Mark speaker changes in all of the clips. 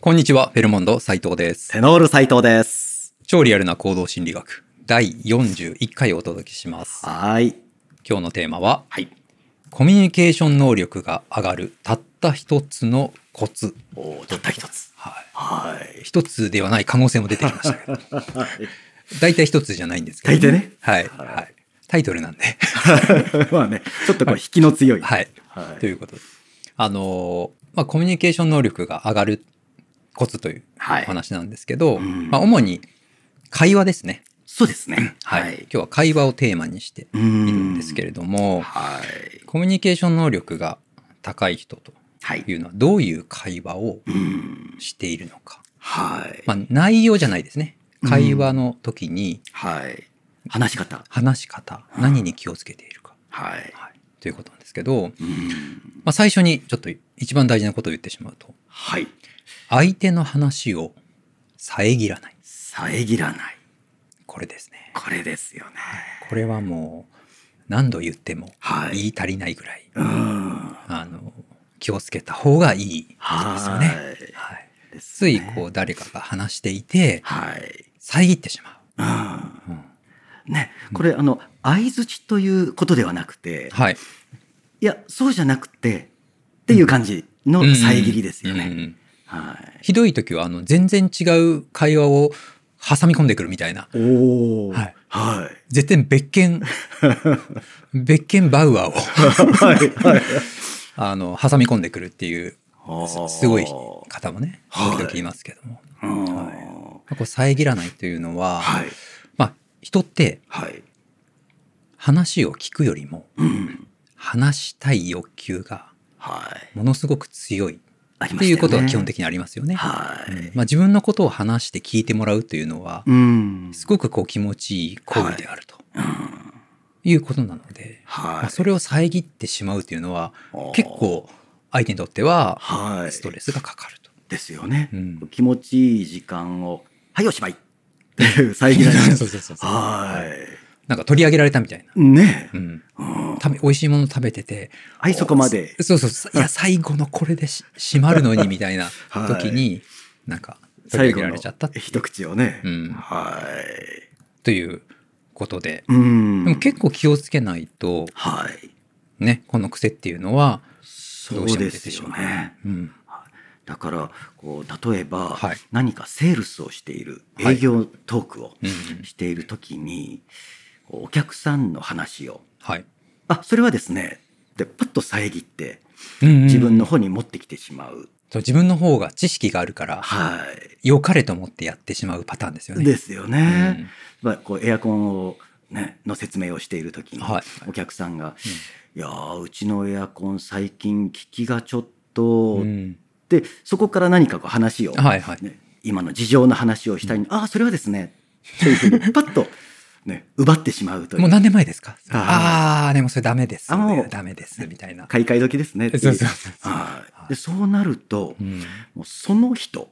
Speaker 1: こんにちは、フェルモンド斉藤です。
Speaker 2: テノール斉藤です。
Speaker 1: 超リアルな行動心理学第41回をお届けします。
Speaker 2: はーい。
Speaker 1: 今日のテーマは、
Speaker 2: はい。
Speaker 1: コミュニケーション能力が上がるたった一つのコツ。
Speaker 2: おお、たった一つ。
Speaker 1: はい
Speaker 2: は
Speaker 1: 一つではない可能性も出てきましたけど、
Speaker 2: ーい。
Speaker 1: 大体一つじゃないんですけど、
Speaker 2: 大体ね。
Speaker 1: はい。はい。タイトルなんで。
Speaker 2: まあね、ちょっとこう引きの強い。
Speaker 1: はい。
Speaker 2: はい。
Speaker 1: ということで。あのーまあ、コミュニケーション能力が上がるコツという
Speaker 2: はい
Speaker 1: お話なんですけど、
Speaker 2: うん
Speaker 1: まあ、主に会話ですね。
Speaker 2: そうですね。
Speaker 1: はい。今。日は会話をテーマにして
Speaker 2: う
Speaker 1: い
Speaker 2: ん。
Speaker 1: るんですけれども、
Speaker 2: はい。
Speaker 1: コミュニケーション能力が高い人と
Speaker 2: はい。
Speaker 1: いうのはどういう会話を
Speaker 2: うん。
Speaker 1: しているのか。
Speaker 2: はい。
Speaker 1: まあ、内容じゃないですね。会話の時に
Speaker 2: はい。話し方。
Speaker 1: 話し方、何に気をつけているか。
Speaker 2: はい。
Speaker 1: はい。ということなんですけど、
Speaker 2: うん。
Speaker 1: まあ、最初にちょっと一番大事なことを言ってしまうと、
Speaker 2: はい。
Speaker 1: 相手の話を遮らない。
Speaker 2: 遮らない。
Speaker 1: これですね。
Speaker 2: これですよね。
Speaker 1: これはもう何度言っても
Speaker 2: はい
Speaker 1: 言い足りないぐらい、
Speaker 2: うん。
Speaker 1: あの、気をつけた方がいいことですよね。
Speaker 2: はい
Speaker 1: はい。
Speaker 2: です
Speaker 1: つ
Speaker 2: ね
Speaker 1: いこう誰かが話していて、
Speaker 2: はい。
Speaker 1: 遮ってしま
Speaker 2: うん。
Speaker 1: う。うん
Speaker 2: ね、これあの相槌ということではなくて、
Speaker 1: はい。
Speaker 2: いやそうじゃなくてっていう感じの遮りですよ
Speaker 1: うんう
Speaker 2: ね。
Speaker 1: ん
Speaker 2: はい。
Speaker 1: ひどい時は、あの、全然違う会話を挟み込んでくるみたいな。
Speaker 2: おお。
Speaker 1: は
Speaker 2: はいい。はい。
Speaker 1: 絶対別 件、別件バウアーを、
Speaker 2: はい。
Speaker 1: あの、挟み込んでくるっていう、すすごい
Speaker 2: は
Speaker 1: 方もね、
Speaker 2: はい
Speaker 1: 時々いますけども。
Speaker 2: あうん
Speaker 1: まあこう遮らないというのは、
Speaker 2: はい。
Speaker 1: まあ、人って
Speaker 2: はい。
Speaker 1: 話を聞くよりも、
Speaker 2: うん。
Speaker 1: 話したい欲求が
Speaker 2: はい。
Speaker 1: ものすごく強い
Speaker 2: あり
Speaker 1: っ
Speaker 2: ま
Speaker 1: て
Speaker 2: す
Speaker 1: いうことは基本
Speaker 2: 的。
Speaker 1: 的にありますよね。
Speaker 2: は
Speaker 1: うん
Speaker 2: い。
Speaker 1: まあ、自分のことを話して聞いてもらうというのは、
Speaker 2: うん。
Speaker 1: すごくこう気持ちいい行為であると
Speaker 2: うん
Speaker 1: いうことなので、ま
Speaker 2: は。
Speaker 1: あそれを遮ってしまうというのはい結。構相手にとっては
Speaker 2: はい。
Speaker 1: ストレスがかかると。
Speaker 2: ですよね
Speaker 1: う。ん。
Speaker 2: 気持ちいい時間をはいおしまいっていう遮らな い
Speaker 1: そうそうそうそう
Speaker 2: はい。
Speaker 1: なんか取り上げられたみたいな。
Speaker 2: ね
Speaker 1: う
Speaker 2: え。
Speaker 1: ん、
Speaker 2: うん
Speaker 1: 食べ美味しいもの食べてて
Speaker 2: はい、そこまで。
Speaker 1: そうそうそういや最後のこれでし締まるのにみたいな
Speaker 2: はい
Speaker 1: 時に、なんか取り上
Speaker 2: 最
Speaker 1: げ
Speaker 2: 後
Speaker 1: ら
Speaker 2: の
Speaker 1: れちゃったって
Speaker 2: 一口をね。
Speaker 1: うん
Speaker 2: はい。
Speaker 1: ということで、
Speaker 2: うん。
Speaker 1: でも結構気をつけないと
Speaker 2: はい。
Speaker 1: ねこの癖っていうのは、
Speaker 2: そうですよね。
Speaker 1: うん、
Speaker 2: だからこう例えば、
Speaker 1: はい
Speaker 2: 何かセールスをしている
Speaker 1: はい
Speaker 2: 営業トークを
Speaker 1: うん
Speaker 2: している時に、こうお客さんの話を
Speaker 1: はい、
Speaker 2: 「あそれはですね」でパッと遮って
Speaker 1: うんうん
Speaker 2: 自分の方に持ってきてしまう、
Speaker 1: そう自分の方が知識があるから
Speaker 2: は
Speaker 1: 良かれと思ってやってしまうパターンですよ
Speaker 2: い
Speaker 1: ね。
Speaker 2: ですよね。
Speaker 1: うん
Speaker 2: まあ、こうエアコンを、ね、の説明をしている時に、
Speaker 1: はい
Speaker 2: お客さんが「いやーうちのエアコン最近効きがちょっと」
Speaker 1: うん
Speaker 2: でそこから何かこう話を、
Speaker 1: はいはい、
Speaker 2: ね、今の事情の話をしたいに、ああそれはですねというふう にパッと、ね、奪ってしまうとい
Speaker 1: もう
Speaker 2: う
Speaker 1: 何年前ですかあ
Speaker 2: あ
Speaker 1: あーでもそれダメです
Speaker 2: あもう
Speaker 1: ダメですみたいな。
Speaker 2: 買い替え時ですねってい
Speaker 1: そうそうそうそう
Speaker 2: はいでそうなると、
Speaker 1: うん
Speaker 2: もうその人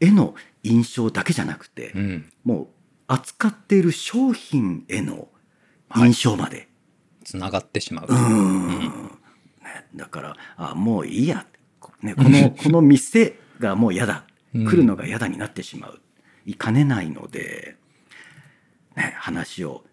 Speaker 2: への印象だけじゃなくて、
Speaker 1: うん
Speaker 2: もう扱っている商品への印象まで、
Speaker 1: つながってしまう。
Speaker 2: うーんね、だからあもういいや、こね、このこの店がもう嫌だ
Speaker 1: うん
Speaker 2: 来るのが嫌だになってしまういかねないので、ね、話を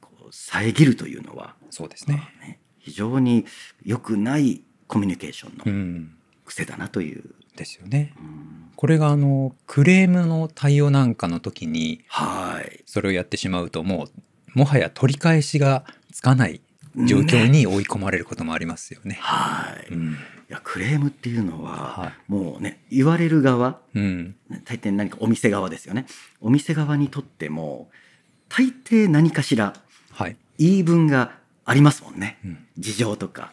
Speaker 2: こう遮るというのは、
Speaker 1: そうですね。
Speaker 2: ね、非常に良くないコミュニケーション
Speaker 1: う
Speaker 2: の
Speaker 1: ん、
Speaker 2: 癖だなという。
Speaker 1: ですよね。
Speaker 2: うん
Speaker 1: これがあのクレームの対応なんかの時に
Speaker 2: はい
Speaker 1: それをやってしまうともうもはや取り返しがつかない状況
Speaker 2: ね
Speaker 1: に追い込まれることもありますよね。
Speaker 2: はい、
Speaker 1: う
Speaker 2: い
Speaker 1: ん
Speaker 2: やクレームっていうのは、
Speaker 1: は
Speaker 2: もうね言われる側
Speaker 1: うん
Speaker 2: 大抵何かお店側ですよねお店側にとっても大抵何かしら
Speaker 1: はい
Speaker 2: 言い分がありますもんね
Speaker 1: うん
Speaker 2: 事情とか、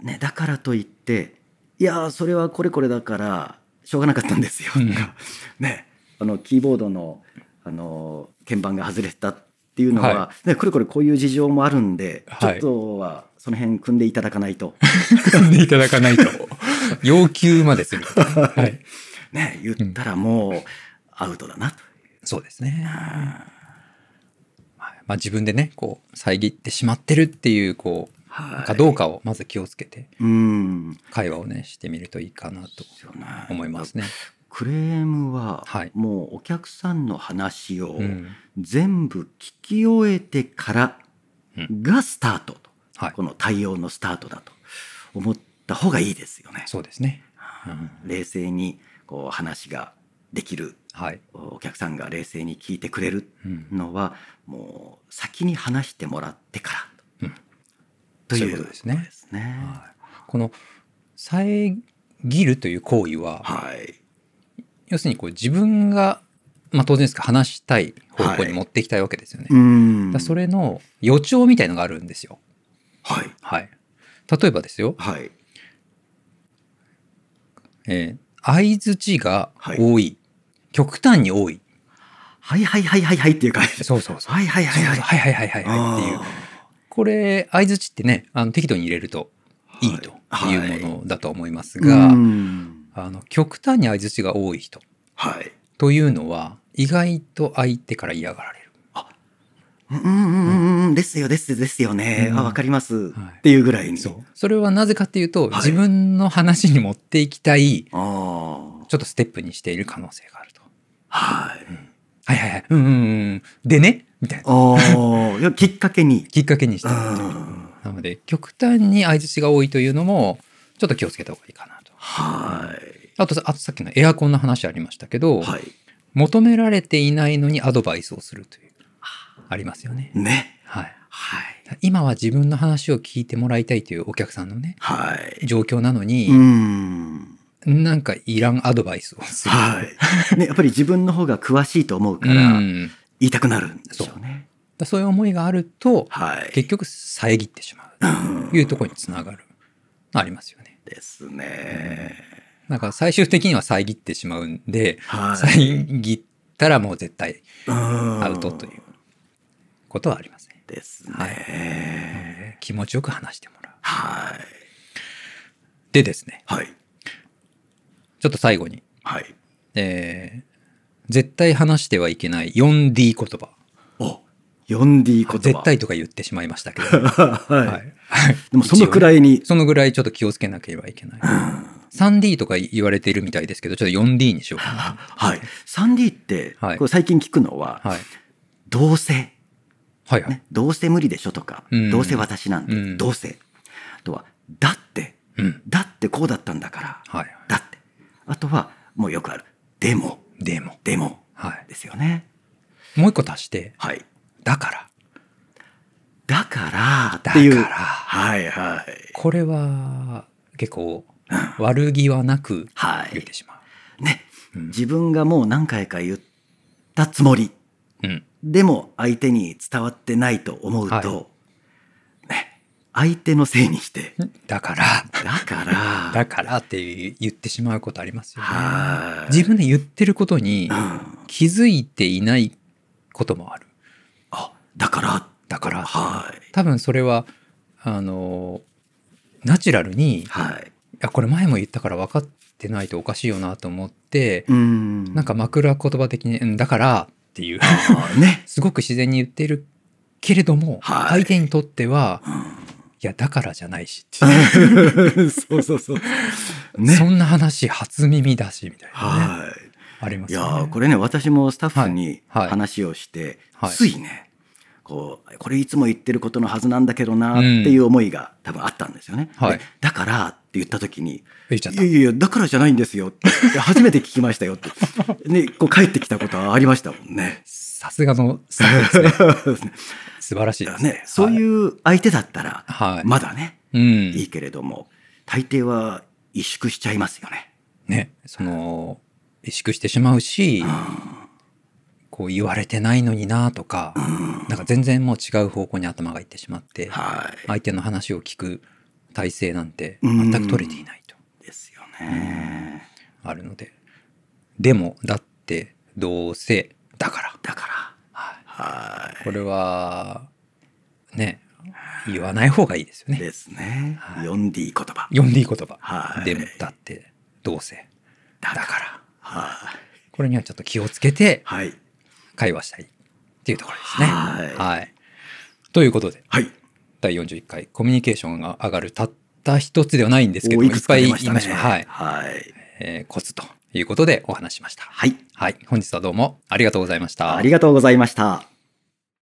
Speaker 2: ね、だからといっていやーそれはこれこれだからしょうがなかったんですよと
Speaker 1: うん
Speaker 2: か、ね、あのキーボードのあの鍵盤が外れたっていうのは、
Speaker 1: は
Speaker 2: ね、これこれこういう事情もあるんで、
Speaker 1: はい
Speaker 2: ちょっとはその辺組んでいただかないと、
Speaker 1: 組んでいただかないと要求までする、 はい、
Speaker 2: ね、言ったらもうアウトだなと。
Speaker 1: そうですね。はいまあ、自分でねこう遮ってしまってるっていうこう
Speaker 2: はい
Speaker 1: かどうかをまず気をつけて
Speaker 2: うん
Speaker 1: 会話をねしてみるといいかなと
Speaker 2: ですよね
Speaker 1: 思いますね。
Speaker 2: クレームは
Speaker 1: はい
Speaker 2: もうお客さんの話を
Speaker 1: うん。
Speaker 2: 全部聞き終えてからがスタートと、
Speaker 1: はい。
Speaker 2: この対応のスタートだと思った方がいいですよね。
Speaker 1: そうですね。うん
Speaker 2: 冷静にこう話ができる
Speaker 1: はい。
Speaker 2: お客さんが冷静に聞いてくれる
Speaker 1: うん。
Speaker 2: のはもう先に話してもらってから
Speaker 1: うん
Speaker 2: と
Speaker 1: そう
Speaker 2: い
Speaker 1: いう
Speaker 2: う
Speaker 1: こ
Speaker 2: ことと
Speaker 1: で
Speaker 2: ですす
Speaker 1: ね
Speaker 2: ね。
Speaker 1: はいこの遮るという行為は、
Speaker 2: はい、
Speaker 1: 要するにこう自分が、まあ当然ですけど話したい方向に持っていきたいわけですよね。
Speaker 2: うん
Speaker 1: だからそれの予兆みたいのがあるんですよ。
Speaker 2: はい
Speaker 1: はい。例えばですよ、
Speaker 2: はい
Speaker 1: えー、相づちが多い,、極端に多い。
Speaker 2: はいはいはいはいはいっていう感じ。
Speaker 1: そうそうそう。
Speaker 2: はいはいはいはい
Speaker 1: はいはいはいはいはいっていう。これ、相づちってね、あの適度に入れるといいというものだと思いますが、
Speaker 2: が、うん
Speaker 1: あの極端に相づちが多い人
Speaker 2: はい。
Speaker 1: というのは、意外と相手から嫌がられる。
Speaker 2: うんうんうんうんですよですですよね。
Speaker 1: うん
Speaker 2: あわかります、
Speaker 1: はい
Speaker 2: っていうぐらいに。
Speaker 1: そう。それはなぜかっていうと、
Speaker 2: はい
Speaker 1: 自分の話に持っていきたい、
Speaker 2: ああ
Speaker 1: ちょっとステップにしている可能性があると。
Speaker 2: はい。
Speaker 1: はいはいはい。うんうんうん。でねみたいな。
Speaker 2: ああきっかけに。
Speaker 1: きっかけにして
Speaker 2: う
Speaker 1: るっていう。
Speaker 2: ん
Speaker 1: なので、極端に相づちが多いというのも、ちょっと気をつけた方がいいかなと。
Speaker 2: はい
Speaker 1: あとさ、あとさっきのエアコンの話ありましたけど、
Speaker 2: はい
Speaker 1: 求められていないのにアドバイスをするという、ありますよね。
Speaker 2: ね
Speaker 1: はい。
Speaker 2: はい
Speaker 1: 今は自分の話を聞いてもらいたいというお客さんのね、
Speaker 2: はい。
Speaker 1: 状況なの
Speaker 2: う
Speaker 1: に、
Speaker 2: ん。
Speaker 1: なんかいらんアドバイスをする。
Speaker 2: はい。ね、やっぱり自分の方が詳しいと思う
Speaker 1: う
Speaker 2: か
Speaker 1: んだ
Speaker 2: ら
Speaker 1: か、
Speaker 2: 言いたくなるんでしょうね。
Speaker 1: らそういう思いがあると、
Speaker 2: はい。
Speaker 1: 結局遮ってしまうというところにつながる。ありますよね。
Speaker 2: ですね。
Speaker 1: なんか最終的には遮ってしまうんで、
Speaker 2: はい。
Speaker 1: 遮ったらもう絶対
Speaker 2: ア
Speaker 1: アウトということはありますね。
Speaker 2: です
Speaker 1: は
Speaker 2: ね。
Speaker 1: 気持ちよく話してもらう。
Speaker 2: はい。
Speaker 1: でですね、
Speaker 2: はい。
Speaker 1: ちょっと最後に、
Speaker 2: はい。
Speaker 1: えー、絶対話してはいけない 4D 言葉。
Speaker 2: お、4D 言葉。
Speaker 1: 絶。対とか言ってしまいましたけ ど、は、
Speaker 2: はいい。でもそのくら
Speaker 1: い、
Speaker 2: いに。
Speaker 1: そのぐらいちょっと気をつけなければいけない。3D とか言われているみたいですけど、ちょっと 4D にしようかな。
Speaker 2: はい。3D って、
Speaker 1: はい
Speaker 2: これ最近聞くのは、
Speaker 1: はい。
Speaker 2: どうせ、
Speaker 1: はいはい。
Speaker 2: ね、どうせ無理でしょとか、
Speaker 1: うん
Speaker 2: どうせ私なんて、
Speaker 1: うん
Speaker 2: どうせ。あとは、だって、
Speaker 1: うん。
Speaker 2: だってこうだったんだから、
Speaker 1: はい。
Speaker 2: だって。あとは、もうよくある、でも、
Speaker 1: でも。
Speaker 2: でも、
Speaker 1: はい。
Speaker 2: ですよね。
Speaker 1: もう一個足して、
Speaker 2: はい。
Speaker 1: だから。
Speaker 2: だから、っていう。
Speaker 1: だから
Speaker 2: はいはい。
Speaker 1: これは、結構、
Speaker 2: うん
Speaker 1: 悪気はなく
Speaker 2: は
Speaker 1: 言っ
Speaker 2: い。
Speaker 1: てしまう。
Speaker 2: ね。
Speaker 1: うん
Speaker 2: 自分がもう何回か言ったつもり。
Speaker 1: うん。
Speaker 2: でも相手に伝わってないと思うと、
Speaker 1: は
Speaker 2: ね、相手のせいにして、
Speaker 1: だから、
Speaker 2: だから、
Speaker 1: だからって言ってしまうことありますよね。
Speaker 2: はい。
Speaker 1: 自分で言ってることに
Speaker 2: うん
Speaker 1: 気づいていないこともある。
Speaker 2: あ、だから、
Speaker 1: だから、
Speaker 2: はい。
Speaker 1: 多分それは、あの、ナチュラルに、い
Speaker 2: はい。
Speaker 1: や、これ前も言ったから分かってないとおかしいよなと思って、
Speaker 2: うん。
Speaker 1: なんか枕言葉的に、うんだからっていう、
Speaker 2: あー ね。
Speaker 1: すごく自然に言ってるけれども、
Speaker 2: はい
Speaker 1: 相手にとっては、いや、だからじゃない しっていう
Speaker 2: そうそうそう。ね。
Speaker 1: そんな話初耳だしみたいなね
Speaker 2: は
Speaker 1: ありま
Speaker 2: い。い
Speaker 1: すよ
Speaker 2: や
Speaker 1: ね。
Speaker 2: ーこれね、私もスタッフに
Speaker 1: はいはい
Speaker 2: 話をして、
Speaker 1: はい
Speaker 2: ついね、こう、これいつも言ってることのはずなんだけどなっていう思いが多分あったんですよね。
Speaker 1: はい
Speaker 2: でだからって言った時に、
Speaker 1: 言っちゃっ
Speaker 2: い
Speaker 1: た
Speaker 2: や。いやいや、だからじゃないんですよって。初めて聞きましたよって。 ね、こう帰ってきたことはありましたもんね。
Speaker 1: さすがのスタッフですね。素晴らしい
Speaker 2: だ
Speaker 1: で
Speaker 2: から
Speaker 1: すね。
Speaker 2: ね、そう
Speaker 1: う。
Speaker 2: いう相手だったら、
Speaker 1: はい。
Speaker 2: まだね、
Speaker 1: うん。
Speaker 2: いいけれども、大抵は萎縮しちゃいますよね。
Speaker 1: ね。その、萎縮してしまうし、こう言われてないのになとか、なんか全然もう違う方向に頭がいってしまって、
Speaker 2: は
Speaker 1: 相手の話を聞く体制なんて
Speaker 2: うん
Speaker 1: 全く取れていないと。
Speaker 2: い。ですよね。
Speaker 1: あるので。でも、だって、どうせ、だから。
Speaker 2: だから、
Speaker 1: はい。
Speaker 2: は
Speaker 1: これは、ね、言わない方がいいですよ
Speaker 2: い。
Speaker 1: ね。
Speaker 2: ですね。
Speaker 1: はい
Speaker 2: 読んでいい言葉。
Speaker 1: 読んでいい言葉。
Speaker 2: はい
Speaker 1: でも、だって、どうせ。
Speaker 2: だ
Speaker 1: だから。
Speaker 2: はい。
Speaker 1: これにはちょっと気をつけて
Speaker 2: はい。
Speaker 1: 会話したいっていうところですね。
Speaker 2: はい
Speaker 1: ということで、
Speaker 2: はい。
Speaker 1: 第41回、コミュニケーションが上がるたった一つではないんですけど
Speaker 2: お
Speaker 1: も、
Speaker 2: いくつか
Speaker 1: いっ
Speaker 2: 出
Speaker 1: ぱ
Speaker 2: ま
Speaker 1: い言い
Speaker 2: したね。
Speaker 1: ました。はい。
Speaker 2: はい。
Speaker 1: えーコツということでお話ししました。
Speaker 2: はい。
Speaker 1: はい。本日はどうもありがとうございました。
Speaker 2: ありがとうございました。